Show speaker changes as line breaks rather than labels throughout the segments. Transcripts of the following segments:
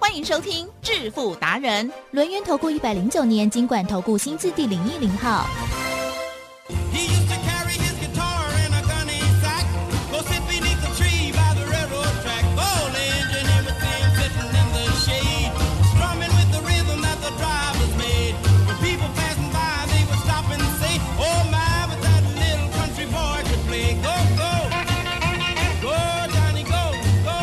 欢迎收听《致富达人》，
轮源投顾一百零九年经管投顾新字第零一零号。
He used to carry his guitar in a gunny sack. Go sit beneath the tree by the railroad track. Old engineer with him sitting in the shade. Strumming with the rhythm that the drivers made. When people passing by, they would stop and say, Oh my, but that little country boy could play. Go, go. Go, Johnny, go, go.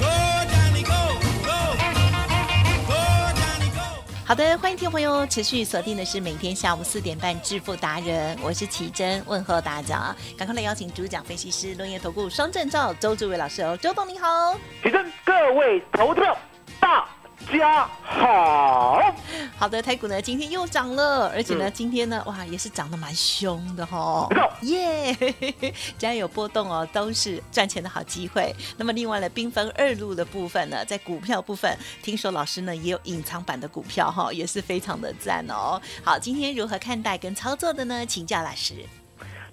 Go, Johnny, go, go. Go, Johnny, go.
好的，欢迎听众朋友持续锁定的是每天下午四点半《致富达人》，我是奇珍，问候大家，赶快来邀请主讲分析师、轮研投顾双证照周志伟老师哦，周董你好。
请跟各位投票，大家好。
好的，台股呢今天又涨了，而且呢、
嗯
今天呢哇也是涨得蛮凶的哈、
没错
耶！只要有波动哦，都是赚钱的好机会。那么另外呢，兵分二路的部分呢，在股票部分，听说老师呢也有隐藏版的股票哈、也是非常的赞哦。好，今天如何看待跟操作的呢？请教老师。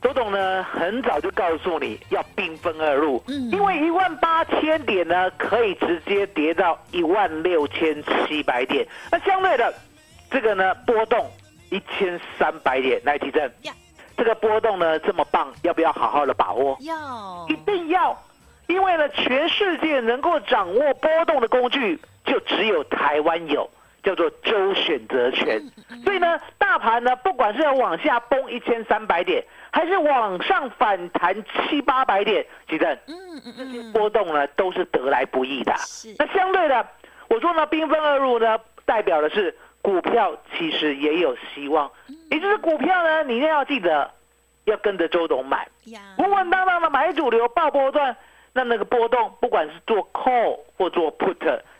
周董呢，很早就告诉你要兵分二路，
嗯
因为一万八千点呢，可以直接跌到一万六千七百点，那相对的，这个呢波动一千三百点，来提振
呀
这个波动呢这么棒，要不要好好的把握？
要
一定要，因为呢，全世界能够掌握波动的工具，就只有台湾有，叫做周选择权。
嗯
所以呢，大盘呢，不管是要往下崩一千三百点，还是往上反弹七八百点，记得
嗯嗯嗯嗯，
波动呢都是得来不易的。
是
那相对的，我说呢，兵分二路呢，代表的是股票其实也有希望。
嗯
也就是股票呢，你一定要记得要跟着周董买。
呀，
稳稳当当的买主流爆波段，那那个波动，不管是做 call 或做 put，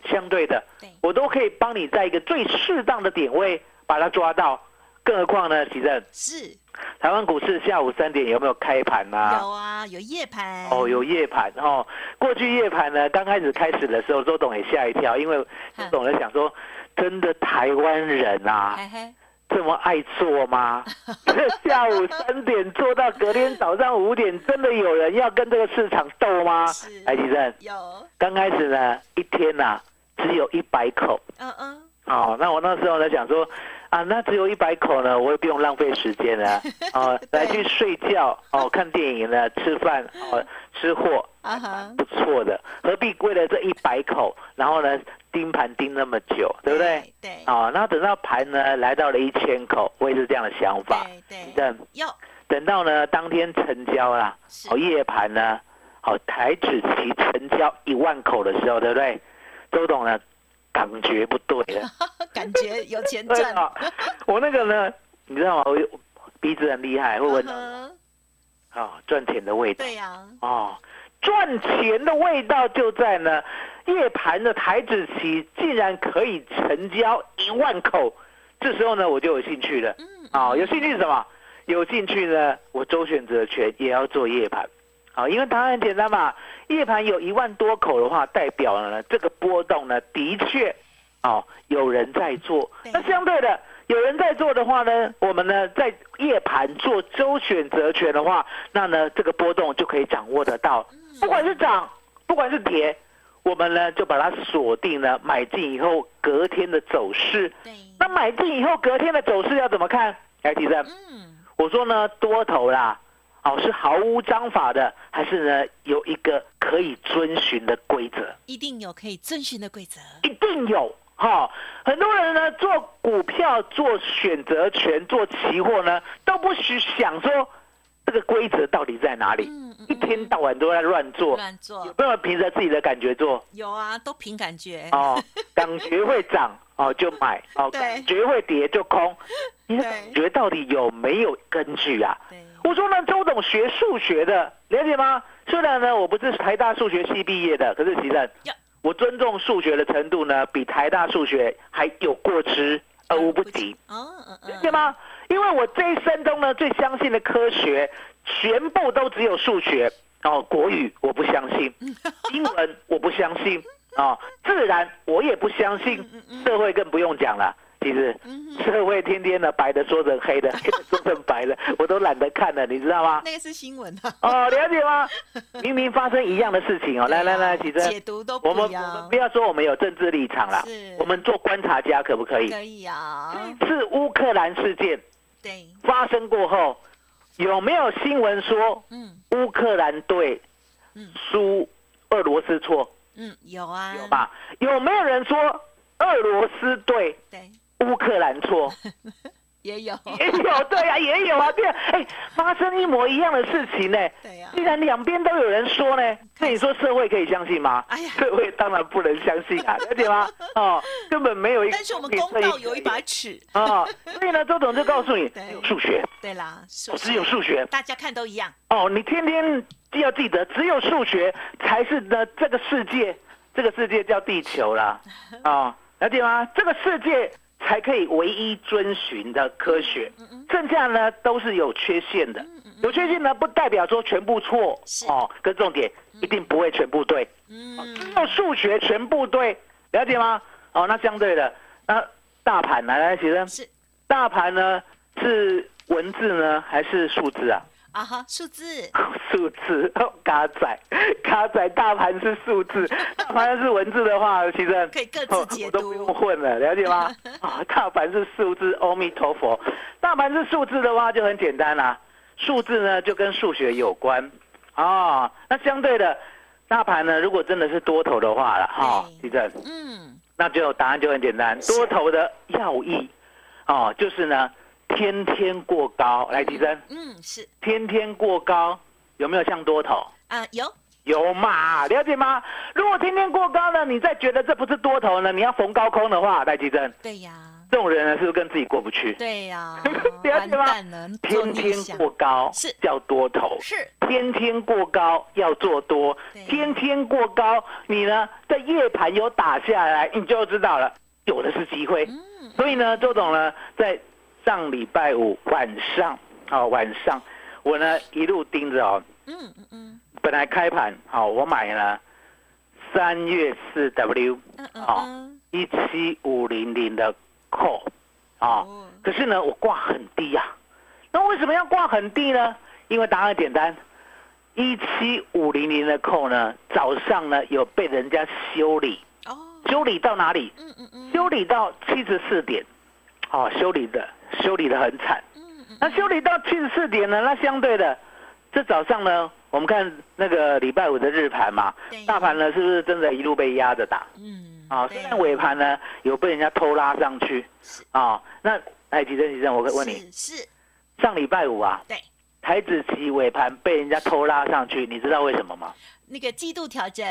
相对的
对，
我都可以帮你在一个最适当的点位把它抓到。更何况呢，奇正，
是
台湾股市下午三点有没有开盘啊？
有啊，有夜盘
哦，有夜盘哦。过去夜盘呢，刚开始开始的时候，周董也吓一跳，因为周
嗯
董在想说，真的台湾人啊，
嘿嘿，
这么爱做 吗？这下午三点做到隔天早上五点，真的有人要跟这个市场斗吗
是？
来，吉正，
有，
刚开始呢，一天呐、只有一百口
嗯嗯，，
哦。那我那时候呢想说，啊，那只有一百口呢，我也不用浪费时间了，哦来
对
去睡觉哦，看电影呢，吃饭哦，吃货
啊哈，
不错的，何必为了这一百口，然后呢盯盘盯那么久，对不对？？
对，
哦，那等到盘呢来到了一千口，我也是这样的想法。
对对，
等
有
等到呢当天成交啦，
是
哦夜盘呢，哦台指期成交一万口的时候，对不对？周董呢感觉不对 了，
感觉有钱
对
赚，
啊，我那个呢，你知道吗？我我鼻子很厉害，会闻到
嗯哼
哦赚钱的味道。
对呀，
哦，赚钱的味道就在呢，夜盘的台子期竟然可以成交一万口，这时候呢我就有兴趣了。
嗯，
哦，有兴趣是什么？有兴趣呢，我周选择权也要做夜盘。哦，因为答案很简单嘛，夜盘有一万多口的话，代表了呢这个波动呢的确，哦，有人在做
对。
那相对的，有人在做的话呢，我们呢在夜盘做周选择权的话，那呢这个波动就可以掌握得到。不管是涨，不管是跌，我们呢就把它锁定了，买进以后隔天的走势。
对，
那买进以后隔天的走势要怎么看？来，提正，
嗯，
我说呢，多头啦，哦，是毫无章法的，还是呢有一个可以遵循的规则？
一定有可以遵循的规则，
一定有哈、很多人呢做股票、做选择权、做期货呢，都不许想说这个规则到底在哪里，
嗯嗯
一天到晚都在乱做，
乱做
有没有凭着自己的感觉做？
有啊，都凭感觉，
哦，感觉会涨哦就买，哦
对
感觉会跌就空，你的
对
感觉到底有没有根据啊？
对，
我说呢，周董学数学的，了解吗？虽然呢，我不是台大数学系毕业的，可是其实
呀
我尊重数学的程呃度呢，比台大数学还有过之而无不及，
哦，嗯
了
嗯，
解吗？因为我这一生中呢最相信的科学，全部都只有数学哦，国语我不相信，
嗯
英文我不相信哦，自然我也不相信，
嗯
社会更不用讲了。其实社会天天的白的说成黑的， 黑的说成白的，我都懒得看了，你知道吗？
那个是新闻啊。
哦，了 解吗？明明发生一样的事情哦，来来来，启真，
解读都
我们
不
我
一
们
样
不，要说我们有政治立场啦
是，
我们做观察家可不可以？
可以啊，
这次乌克兰事件
对，
发生过后，有没有新闻说
嗯
乌克兰队
嗯
输俄罗斯错
嗯，有啊，
有？吧？有没有人说俄罗斯对
对，
乌克兰 错？
也有，
也有，对啊，也有啊，对啊，哎、发生一模一样的事情呢、
对啊呀
既然两边都有人说呢，那你说社会可以相信吗？
哎呀
社会当然不能相信 啊，了解吗？哦，根本没有一个
但是我们公道有一把尺，
哦，所以呢，周董就告诉你
对，
数学
对啦，是
只有数学
大家看都一样，
哦，你天天要记得，只有数学才是呢这个世界，这个世界叫地球 啦，哦，了解吗？这个世界才可以唯一遵循的科学，
嗯
剩下呢都是有缺陷的，有缺陷呢不代表说全部错
是
哦，跟重点一定不会全部对，
嗯，
只有数学全部对，了解吗？哦，那相对的，那大盘呢？来，学生
是
大盘呢是文字呢还是数字啊？
啊哈，数字，
数字，哦嘎仔，嘎仔，大盘是数字，大盘是文字的话，其实
可以各自解读
哦我都不用混了，了解 吗？啊、大盘是数字，阿弥陀佛，大盘是数字的话就很简单啦、数字呢就跟数学有关啊、哦那相对的，大盘呢如果真的是多头的话了，哈、哦，
对
其实
嗯，
那就答案就很简单，多头的要义哦，就是呢天天过高，来提升，
嗯，是
天天过高有没有像多头？
啊，有，
有嘛？了解吗？如果天天过高呢，你再觉得这不是多头呢，你要逢高空的话，赖奇珍
对呀，
这种人呢，是不是跟自己过不去？，
对呀
了
完
解吗
蛋了，做
天
逆
天
向
过高
是
叫多头，
是
天天过高要做多
对，
天天过高，你呢在夜盘有打下来，你就知道了，有的是机会。
嗯
所以呢，周董呢在上礼拜五晚上啊、哦晚上，我呢一路盯着哦，
嗯嗯嗯
本来开盘好、哦我买了三月四 W
嗯嗯
哦
嗯，
一七五零零的 call 啊、
哦
可是呢，我挂很低呀、那为什么要挂很低呢？因为答案简单，一七五零零的 call 呢，早上呢有被人家修理，
哦，
修理到哪里？
嗯嗯嗯，
修理到七十四点，哦，修理的修理的很惨。
嗯嗯
那修理到七十四点呢，那相对的，这早上呢，我们看那个礼拜五的日盘嘛
对，
大盘呢是不是真的一路被压着打？
嗯，
啊，
对
虽然尾盘呢有被人家偷拉上去
是，
啊，那哎，吉正吉正，我问你，
是是，
上礼拜五啊，
对，
台子期尾盘被人家偷拉上去，你知道为什么吗？
那个季度调整，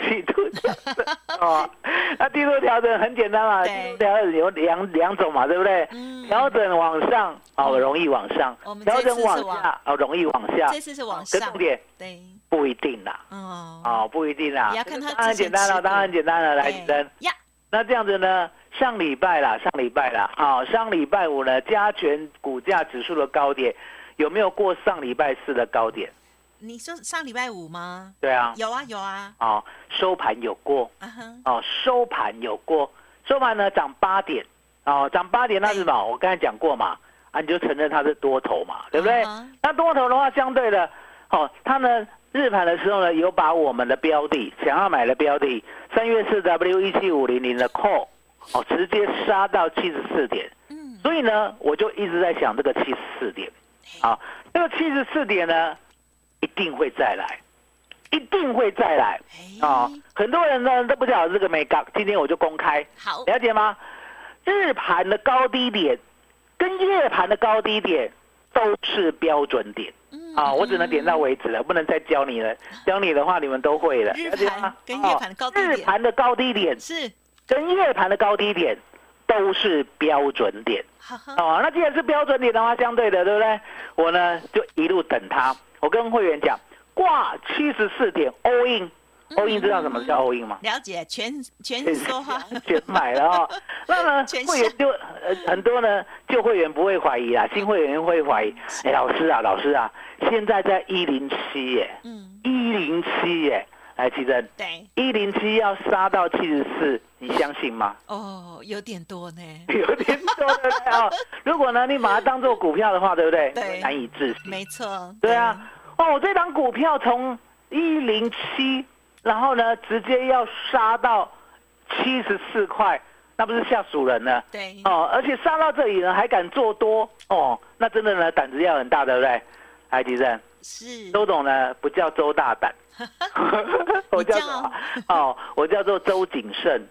季度调整哦，那季度调整很简单嘛，季
对
度调整有两两种嘛，对不对？
嗯
调整往上哦，容易往上
我；们这
调
次
整
是
往
往
下哦，容易往下。
这次是往
可
上
重，点
对，
不一定啦，
哦，
哦，不一定啦。
也要看它
当然
之前
简单
持
了，
股
当然简单了，来，吉
对
珍。
呀，
那这样子呢，上礼拜啦，上礼拜啦，好、上礼拜五呢，加权股价指数的高点有没有过上礼拜四的高点？
你说上礼拜五吗？
对啊，
有啊有啊，
哦，收盘有过，
啊哈，
哦，收盘有过，收盘呢涨八点，哦，涨八点那是什么？我刚才讲过嘛，啊，你就承认它是多头嘛，对不对
嗯哼
那多头的话，相对的，哦，它呢日盘的时候呢，有把我们的标的想要买的标的，三月四 W 一七五零零的 call，哦，直接杀到七十四点，
嗯，
所以呢，我就一直在想这个七十四点，啊，这个七十四点呢，一定会再来，一定会再来。
哎，
啊、很多人呢都不晓得这个美港，今天我就公开，
好，
了解吗？日盘的高低点跟夜盘的高低点都是标准点
嗯
啊、我只能点到为止了，不能再教你了，教你的话你们都会了。
日
了解吗
盘跟夜盘的高低点
嗯哦日盘的高低点
是，
跟夜盘的高低点都是标准点。
哈哈，
哦，那既然是标准点的话，相对的，对不对？我呢就一路等它。我跟会员讲，挂七十四点 all in，欧印知道什么
嗯
叫欧印吗？
了解，全全说话，
全买 了哦。那么
全
会员
啊下
就呃很多呢，旧会员不会怀疑啦，新会员会怀疑。哎，老师啊，老师啊，现在在一零七耶，
嗯，
一零七耶，来奇珍，
对，
一零七要杀到七十四，你相信吗？
哦，有点多呢，
有点多的啊、哦。如果呢，你把它当做股票的话，对不对？
对
难以置信。
没错，
对啊，哦，这档股票从一零七，然后呢，直接要杀到七十四块，那不是吓死人了？
对，对，
哦，而且杀到这里呢，还敢做多哦，那真的呢，胆子要很大，对不对？海迪生，
是，
周董呢不叫周大 胆，我叫什么哦，我叫做周谨慎，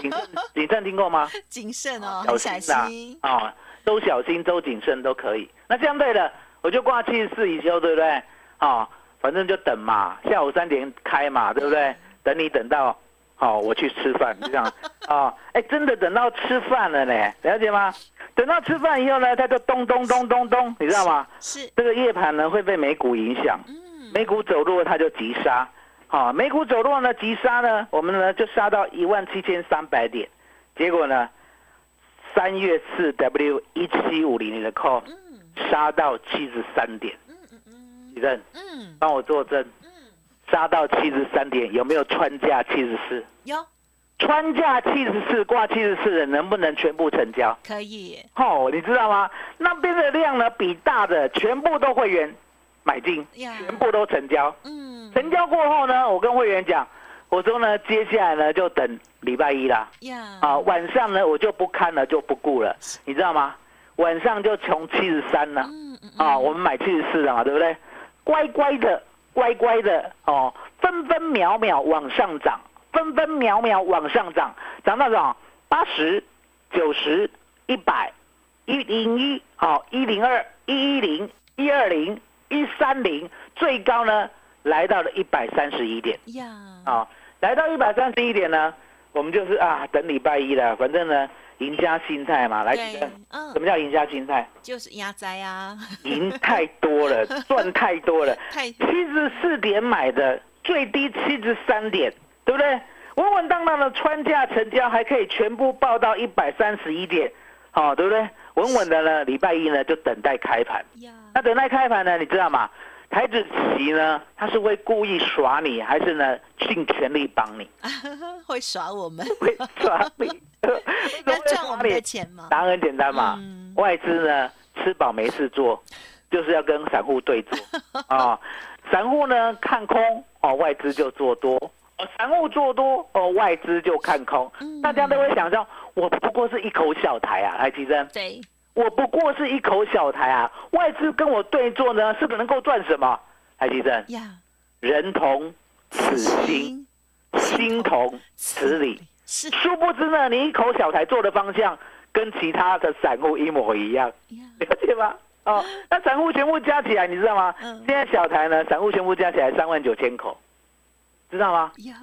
谨慎谨慎听过吗？
谨慎哦，
小
很小
心
心，
啊，啊，周小新、周谨慎都可以。那相对的，我就挂七十四以休，对不对？啊，反正就等嘛，下午三点开嘛，对不对？等你等到，好、我去吃饭，就这样。 啊，哎，真的等到吃饭了呢，了解吗？等到吃饭以后呢，它就咚咚咚咚咚，你知道吗？
是，
这个夜盘呢会被美股影响，
嗯，
美股走弱它就急杀，好、美股走弱呢急杀呢，我们呢就杀到一万七千三百点，结果呢，三月四 W 一七五零零的 call
嗯，
杀到七十三点，
嗯嗯嗯
李正
嗯，
帮我作证，杀到七十三点有没有穿价七十四？
有
穿价七十四挂七十四的能不能全部成交？
可以，
哦，你知道吗？那边的量呢比大的全部都会员买进，
呀
全部都成交。
嗯，
成交过后呢，我跟会员讲，我说呢，接下来呢就等礼拜一啦。
呀，
啊，晚上呢我就不看了，就不顾了，你知道吗？晚上就从七十三了，
嗯嗯
啊，我们买七十四了嘛，对不对？乖乖的，乖乖的哦，分分秒秒往上涨，分分秒秒往上涨，涨到涨八十、九十、一百、一零一，好一零二、一一零、一二零、一三零，最高呢来到了一百三十一点。
呀，
啊、来到一百三十一点呢，我们就是啊，等礼拜一了，反正呢，赢家心态嘛，来，呃
对，
什
嗯，
么叫赢家 心态？
就是压灾啊，
赢太多了，赚太多了，
太
七十四点买的，最低七十三点，对不对？稳稳当当的穿价成交，还可以全部报到一百三十一点，好、对不对？稳稳的呢，礼拜一呢就等待开盘。
呀
那，等待开盘呢，你知道吗？台子棋呢，它是会故意耍你，还是呢尽全力帮你？
会耍我们，
会抓 你，
要赚我们的钱 吗？
答案很简单嘛，
嗯
外资呢吃饱没事做，就是要跟散户对 坐啊。散户呢看空哦，外资就做多；哦，散户做多哦，外资就看空。
嗯
大家都会想象，我不过是一口小台啊，来提升，
对，
我不过是一口小台啊，外资跟我对坐呢，是不是能够赚什么？来提升，
呀，
人同此心，心同此理。
是
殊不知呢，你一口小台做的方向跟其他的散户一模一样，
呀，
了解吗？ 哦，那散户全部加起来，你知道吗？
嗯
现在小台呢，散户全部加起来三万九千口，知道吗？
呀，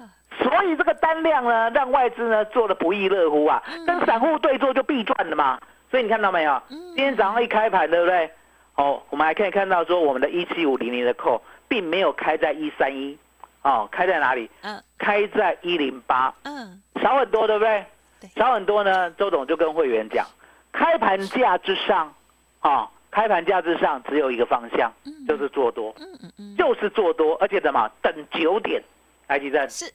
所以这个单量呢，让外资呢做的不亦乐乎啊，
嗯
跟散户对做就必赚的嘛。所以你看到没有？
嗯
今天早上一开盘，对不对？哦，我们还可以看到说，我们的一七五零零的扣并没有开在一三一，哦，开在哪里？
嗯
开在一零八。
嗯，
少很多，对不对
对？
少很多呢。周董就跟会员讲，开盘价之上，啊、开盘价之上只有一个方向，
嗯
就是做多，
嗯嗯嗯，
就是做多，而且什么等九点，来吉正，
是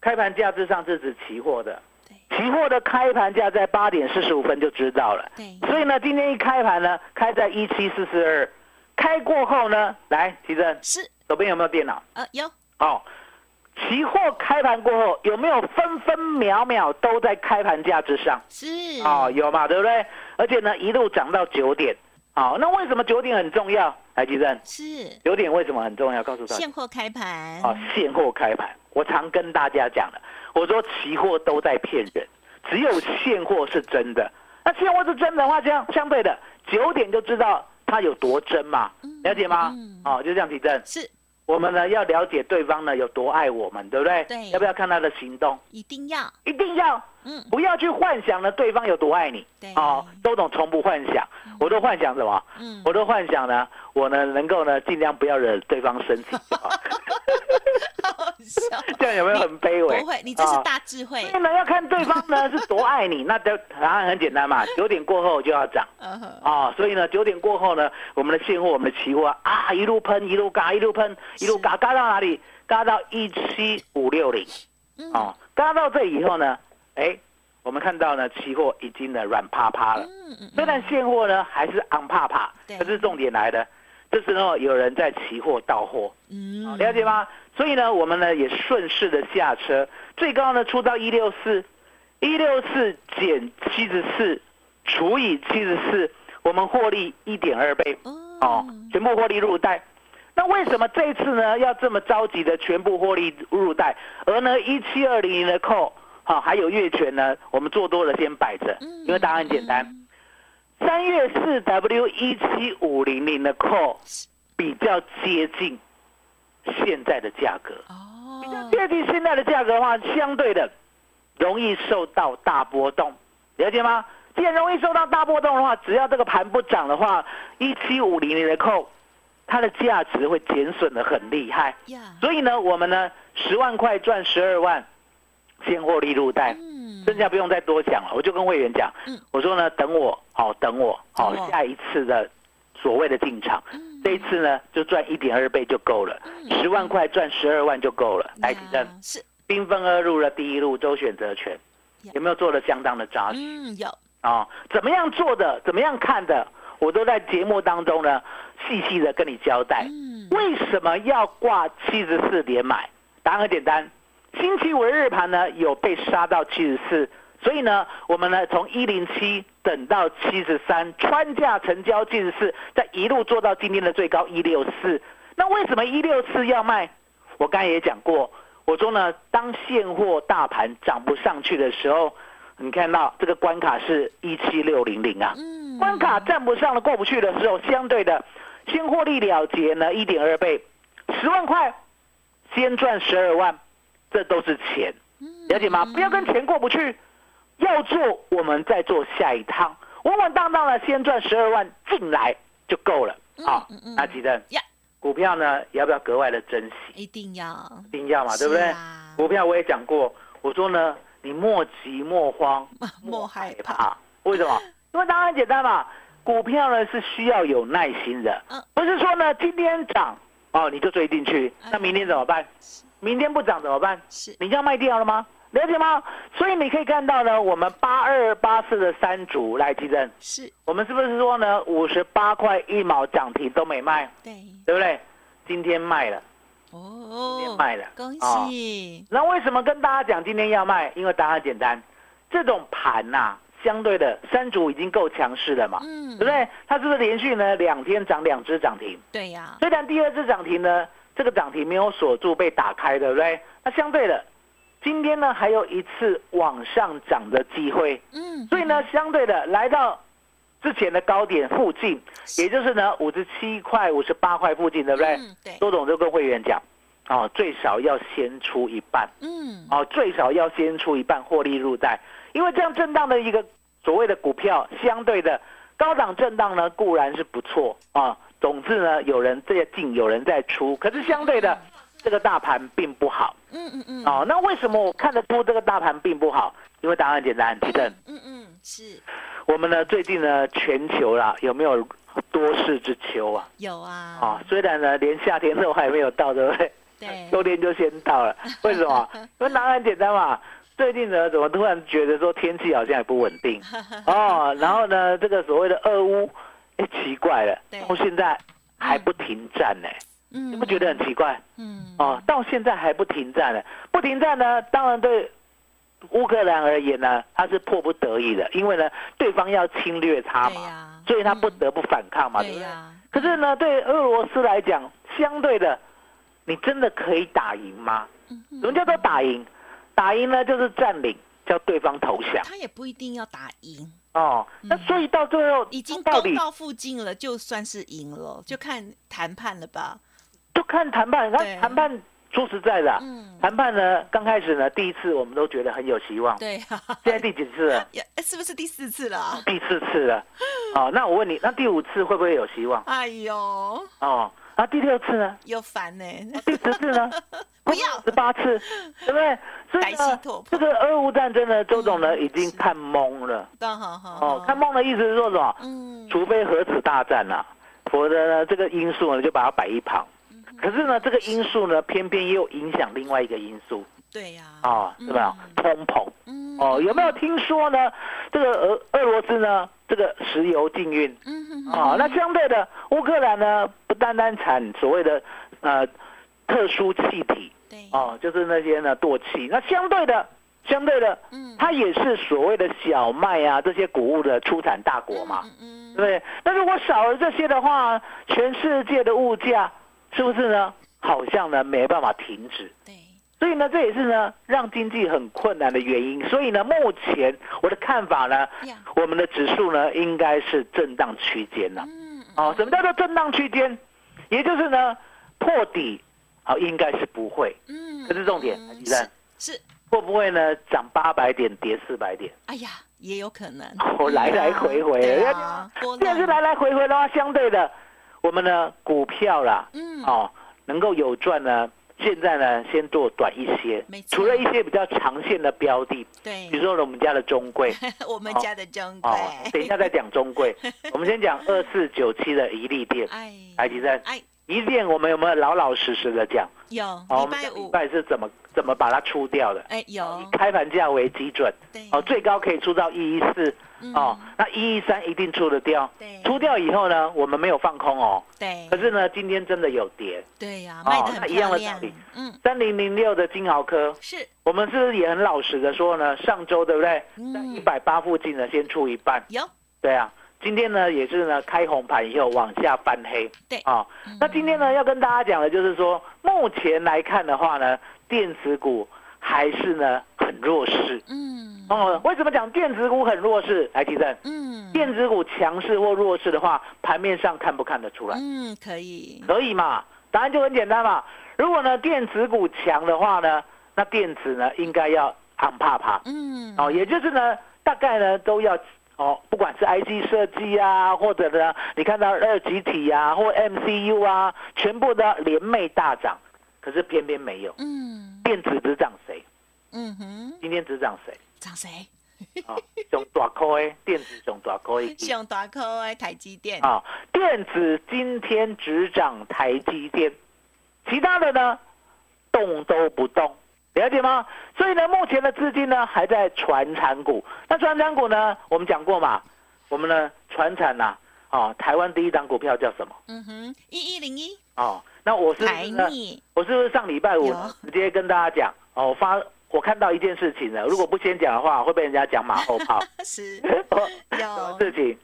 开盘价之上是指期货的，
对
期货的开盘价在八点四十五分就知道了。
对，
所以呢，今天一开盘呢，开在一七四四二，开过后呢，来吉正，
是
手边有没有电脑？
呃有
哦，期货开盘过后有没有分分秒秒都在开盘价之上？
是
哦，有嘛，对不对？而且呢，一路涨到九点。哦，那为什么九点很重要？来，吉正，
是
九点为什么很重要？告诉大家。
现货开盘
哦，现货开盘，我常跟大家讲的，我说期货都在骗人，只有现货是真的。那现货是真的话，这样相对的，九点就知道它有多真嘛，了解吗？
嗯
哦，就这样提正。
是
我们呢要了解对方呢有多爱我们，对不对？
对
要不要看他的行动？
一定要
一定要，
嗯
不要去幻想呢对方有多爱你。
对
哦，周董从不幻想，我都幻想什么？
嗯
我都 幻 想呢，我呢能够呢尽量不要惹对方生气就好。，
好笑
这样有没有很卑微？
不会，你这是
啊
大智慧。
所以呢，要看对方呢是多爱你，那就答案很简单嘛，九点过后就要涨
嗯哼
啊、所以呢，九点过后呢，我们的现货、我们的期货啊啊，一路喷，一路嘎，一路喷，一路嘎，嘎到哪里？嘎到一七五六零
嗯
哦，嘎到这以后呢，哎，我们看到呢，期货已经呢软趴趴了，
嗯嗯
虽然现货呢还是 on 趴趴，
对
可是重点来了，这时候有人在期货到货。
嗯，
了解吗？所以呢，我们呢也顺势的下车，最高呢出到一六四，一六四减七十四除以七十四，我们获利一点二倍哦
哦，，
全部获利入袋。那为什么这一次呢要这么着急的全部获利入袋，而呢一七二零零的扣好、还有月权呢，我们做多了先摆着，
嗯
因为答案很简单。三月四 W 一七五零零的 call 比较接近现在的价格，
哦，
接近现在的价格的话，相对的容易受到大波动，了解吗？既然容易受到大波动的话，只要这个盘不涨的话，一七五零零的 call 它的价值会减损的很厉害。
呀，
所以呢，我们呢十万块赚十二万，现货利入袋。
嗯
剩下不用再多讲了，我就跟会员讲，
嗯哦
我说呢，等我，好、等我，好、
等我
下一次的所谓的进场，
嗯
这一次呢就赚一点二倍就够了，十、万块赚十二万就够了。来，
呀
举证，
是，
兵分二路的第一路周选择权
呀，
有没有做的相当的扎实
嗯，有，
啊、怎么样做的，怎么样看的，我都在节目当中呢细细的跟你交代。
嗯，
为什么要挂七十四点买？答案很简单，星期五的日盘呢有被杀到七十四，所以呢，我们呢从一零七等到七十三，穿价成交七十四，再一路做到今天的最高一六四。那为什么一六四要卖？我刚才也讲过，我说呢，当现货大盘涨不上去的时候，你看到这个关卡是一七六零零啊，
嗯，
关卡站不上了、过不去的时候，相对的，先获利了结呢一点二倍，十万块先赚十二万，这都是钱，
嗯
了解吗？不要跟钱过不去，要做我们再做下一趟，稳稳当当的先赚十二万进来就够了啊
嗯嗯嗯。
那吉正
呀，
股票呢要不要格外的珍惜？
一定 要，
一定要嘛，
是
对不对
啊？，
股票我也讲过，我说呢，你莫急莫慌
莫害怕
怕，为什 么？因为当然很简单嘛，股票呢是需要有耐心的
嗯，
不是说呢今天涨哦你就追进去
哎，
那明天怎么办？明天不涨怎么办？
是，
你要卖掉了吗？了解吗？所以你可以看到呢，我们八二八四的三组来提振，
是，
我们是不是说呢五十八块一毛涨停都没卖，
对，
对不对？今天卖了。
哦
天，卖了
恭
哦
喜，
那为什么跟大家讲今天要卖？因为答案简单，这种盘呐、相对的三足已经够强势了嘛，
嗯
对不对？它是不是连续呢两天涨两只涨停？
对呀，
虽然第二只涨停呢，这个涨停没有锁住被打开，对不对？那相对的，今天呢还有一次往上涨的机会，
嗯，
所以呢，相对的来到之前的高点附近，也就是呢五十七块、五十八块附近，对不对？
嗯对
周董就跟会员讲，哦，最少要先出一半。
嗯，
哦，最少要先出一半获利入袋，因为这样震荡的一个所谓的股票，相对的高档震荡呢固然是不错啊，总之呢有人在进，有人在出，可是相对的这个大盘并不好
嗯嗯嗯，
哦。那为什么我看得出这个大盘并不好？因为答案很简单，奇正，
嗯嗯，是
我们呢最近呢全球啦有没有多事之秋啊？
有啊，
啊，虽然呢连夏天都还没有到，对不对？
对，
秋天就先 到了，为什么？因为答案很简单嘛。最近呢，怎么突然觉得说天气好像也不稳 定哦？然后呢，这个所谓的俄乌，哎，奇怪了
对，
到现在还不停战呢、
嗯
你不觉得很奇怪
嗯，
哦？到现在还不停战呢，不停战呢，当然对乌克兰而言呢，他是迫不得已的，因为呢，对方要侵略他
对
嘛，
呀，
所以他不得不反抗嘛，
嗯
对
对
不对？
呀，
可是呢，对俄罗斯来讲，相对的，你真的可以打赢吗？
嗯
什么叫做打赢？打赢呢，就是占领，叫对方投降
他也不一定要打赢，
哦。那所以到最后，
嗯已经
到
攻
底
到附近了，就算是赢了，就看谈判了吧。
就看谈判。那
对
谈判说实在的啊，
嗯，
谈判呢，刚开始呢，第一次我们都觉得很有希望，
对呀、
现在第几次了？
呀哎是不是第四次了啊？
第四次了。哦，那我问你，那第五次会不会有希望？
哎呦，
哦，啊，第六次呢？
又烦呢、
第十次呢？
不要
十八次，对不对？所以
白皙
呢
拓破，
这个俄乌战争呢，周
嗯
总呢已经看懵了。
当好好
哦
好，
看懵的意思是说什么？
嗯，
除非核子大战呐、否则呢这个因素呢就把它摆一旁。
嗯
可是呢，这个因素呢，偏偏又影响另外一个因素
对呀、
啊，是吧？通膨
嗯，
哦，有没有听说呢？这个俄俄罗斯呢，这个石油禁运
嗯哼哼，
啊，那相对的，乌克兰呢，不单单产所谓的呃特殊气体
对，
哦，就是那些呢惰气，那相对的，相对的，
嗯，
它也是所谓的小麦啊这些谷物的出产大国嘛，
嗯，
对不对？那如果少了这些的话，全世界的物价是不是呢？好像呢没办法停止，
对，
所以呢这也是呢让经济很困难的原因。所以呢，目前我的看法呢
呀，
我们的指数呢应该是震荡区间了。
嗯，
哦，什么叫做震荡区间？也就是呢破底，好、应该是不会，
嗯，
可是重点
嗯
还记得
是是，
会不会呢涨八百点跌四百点？
哎呀，也有可能，
我哦来来回回，哎
对啊，波
既然是
浪，
来来回回的话，相对的，我们呢股票啦，
嗯，
哦，能够有赚呢，现在呢先做短一些
没，错
除了一些比较长线的标的，比
对，
如说我们家的 中贵
我们家的珍贵
哦，，等一下再讲中 贵，我们先讲二四九七的一利店，
哎，
台积电，
哎，
一利店我们有没有老老实实的讲？
有
哦，
礼
我们
拜
上礼
五，
拜是怎么怎么把它出掉的？
哎，
以
有，
开盘价为基准，
对，
哦，最高可以出到一一四，
嗯
哦，，那一一三一定出得掉。
对，
出掉以后呢，我们没有放空哦，
对
可，是呢，今天真的有跌。
对呀，
哦
卖的很
那一
漂
样的道
亮
理，
嗯，
三零零六的金豪科，
是，
我们是不是也很老实的说呢？上周对不对？在一
嗯，
百八附近呢，先出一半。
有，
对啊，今天呢也是呢开红盘以后往下翻黑。
对嗯
啊、那今天呢要跟大家讲的就是说，目前来看的话呢，电子股还是呢很弱势。
嗯，
哦，为什么讲电子股很弱势？来，提振。
嗯，
电子股强势或弱势的话，盘面上看不看得出来？
嗯，可以，
可以嘛？答案就很简单嘛。如果呢电子股强的话呢，那电子呢应该要昂怕怕
嗯，
哦，也就是呢大概呢都要哦，不管是 IC 设计啊，或者呢你看到二极体啊或 MCU 啊，全部的联袂大涨，可是偏偏没有
嗯，
电子只涨谁？
嗯哼，
今天只涨谁？
涨 谁？
啊、哦，熊大科诶，电子熊大科一
像大科哎，台积电，
啊，电子今天只涨台积电，其他的呢动都不动，了解吗？所以呢，目前的资金呢还在传产股。那传产股呢，我们讲过嘛，我们呢传产呐、啊，台湾第一档股票叫什么？
嗯哼，一一零一
哦，那我是不
台
是呢？
逆，
我是不是上礼拜五呢直接跟大家讲？哦，我发我看到一件事情了，如果不先讲的话，会被人家讲马后 炮。
是
什么
有，
事情？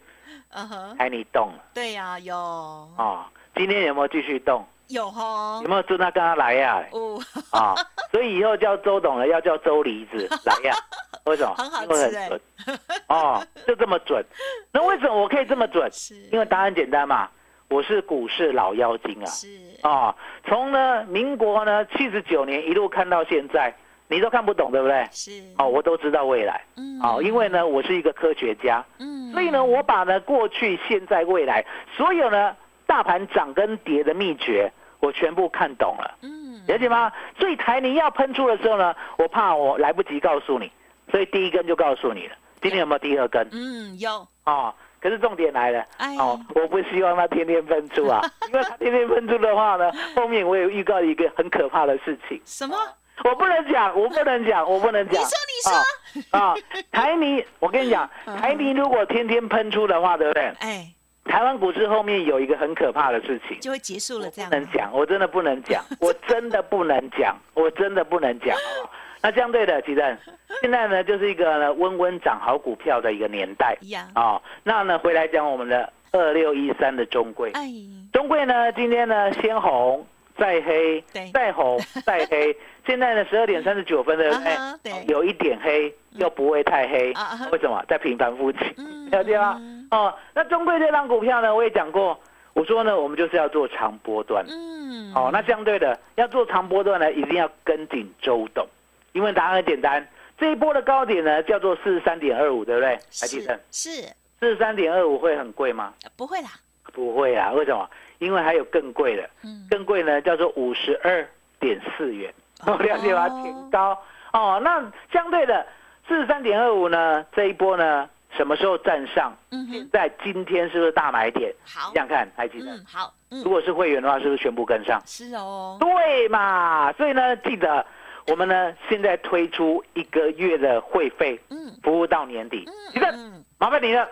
嗯哼，
哎，你动了
对呀，有
哦，今天有没有继续动？
有吼
有，没有祝他跟他 来呀、
哦，
啊，所以以后叫周董了，要叫周梨 子来呀、为什么？
很好吃欸
因为很准。哦，就这么准。那为什么我可以这么准？
是
因为答案简单嘛，我是股市老妖精啊！
是，
啊，从呢民国呢七十九年一路看到现在，你都看不懂对不对？
是
哦，，我都知道未来。
嗯
哦，因为呢我是一个科学家，
嗯
所以呢我把呢过去、现在、未来所有呢大盘涨跟跌的秘诀，我全部看懂了。
嗯，
了解吗？所以台泥要喷出的时候呢，我怕我来不及告诉你，所以第一根就告诉你了。今天有没有第二根？
嗯，有，
哦，可是重点来了，
哎
哦，我不希望它天天喷出 啊，因为它天天喷出的话呢，后面我有预告一个很可怕的事情，
什么？
我不能讲，我不能讲，我不能讲。
你说嗯
你说啊，啊台泥，我跟你讲，台泥如果天天喷出的话，对不对？
哎，
台湾股市后面有一个很可怕的事情。
就会结束了这样
不，能讲，我真的不能讲，我真的不能讲，我真的不能讲，好不好？那相对的，其实现在呢，就是一个呢温温涨好股票的一个年代
一样，
哦。那呢，回来讲我们的二六一三的中贵，
哎，
中贵呢今天呢先红再黑
对，
再红再 黑，现在呢十二点三十九分的，哎
啊哈对嗯
有一点黑，又不会太黑
啊哈，
为什么？在平凡 附近
嗯，
了解吗
嗯？
哦，那中贵这张股票呢，我也讲过，我说呢，我们就是要做长波段。
嗯，
哦，那相对的，要做长波段呢，一定要跟紧周董，因为答案很简单，这一波的高点呢叫做四十三点二五，对不对？来，
是
地震，
是
四十三点二五会很贵吗？
呃不会啦，
不会啊，为什么？因为还有更贵的，
嗯
更贵呢叫做五十二点四元，
哦
了解吧？挺高哦。那相对的四十三点二五呢，这一波呢什么时候站上？
嗯哼，
在今天是不是大买点？
好
这，样看还记得？
嗯，好，
如
嗯，
果是会员的话，是不是全部跟上？
是哦，
对嘛？所以呢，记得我们呢现在推出一个月的会费，
嗯
服务到年底。
嗯
记得
嗯。
麻烦你了。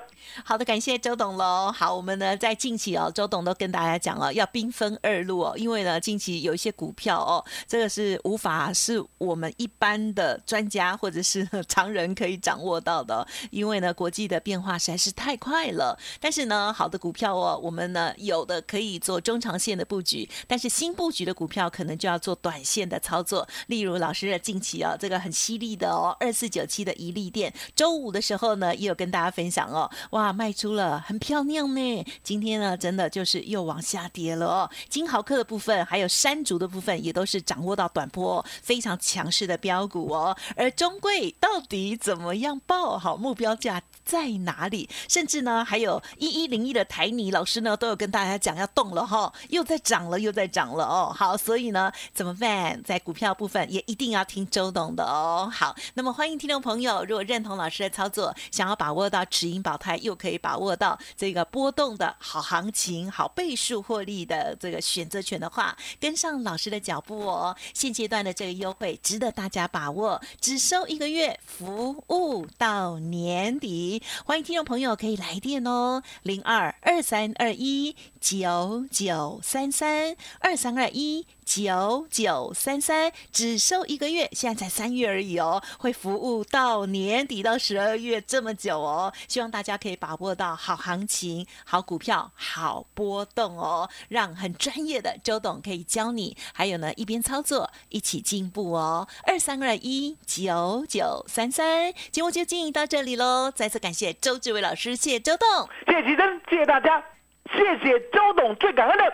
好的，感谢周董喽。好，我们呢在近期哦，周董都跟大家讲了，要兵分二路哦，因为呢近期有一些股票哦，这个是无法是我们一般的专家或者是 常人可以掌握到的哦、因为呢国际的变化实在是太快了。但是呢，好的股票哦，我们呢有的可以做中长线的布局，但是新布局的股票可能就要做短线的操作。例如老师的近期啊，这个很犀利的哦，二四九七的一利店，周五的时候呢也有跟大家分享哦，哇，卖出了很漂亮呢。今天呢，真的就是又往下跌了哦。金豪克的部分，还有山竹的部分，也都是掌握到短波、哦、非常强势的标股哦。而中贵到底怎么样报好目标价？在哪里？甚至呢，还有一一零一的台泥老师呢，都有跟大家讲要动了哈，又在涨了，又在涨了哦。好，所以呢，怎么办？在股票部分也一定要听周董的哦。好，那么欢迎听众朋友，如果认同老师的操作，想要把握到持盈保泰，又可以把握到这个波动的好行情、好倍数获利的这个选择权的话，跟上老师的脚步哦。现阶段的这个优惠值得大家把握，只收一个月，服务到年底。欢迎听众朋友可以来电哦，零二二三二一九九三三二三二一。九九三三只收一个月，现在才三月而已哦，会服务到年底到十二月这么久哦。希望大家可以把握到好行情、好股票、好波动哦，让很专业的周董可以教你，还有呢一边操作一起进步哦。二三二一九九三三，节目就进行到这里喽，再次感谢周志伟老师，谢谢周董。
谢谢奇珍，谢谢大家，谢谢周董，最感恩的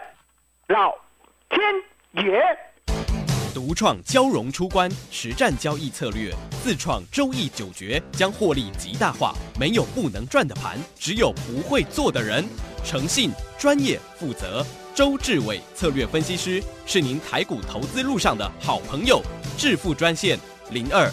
老天爷。
独创交融出关实战交易策略，自创周易九诀，将获利极大化。没有不能赚的盘，只有不会做的人。诚信、专业、负责，周志伟策略分析师是您台股投资路上的好朋友。致富专线零二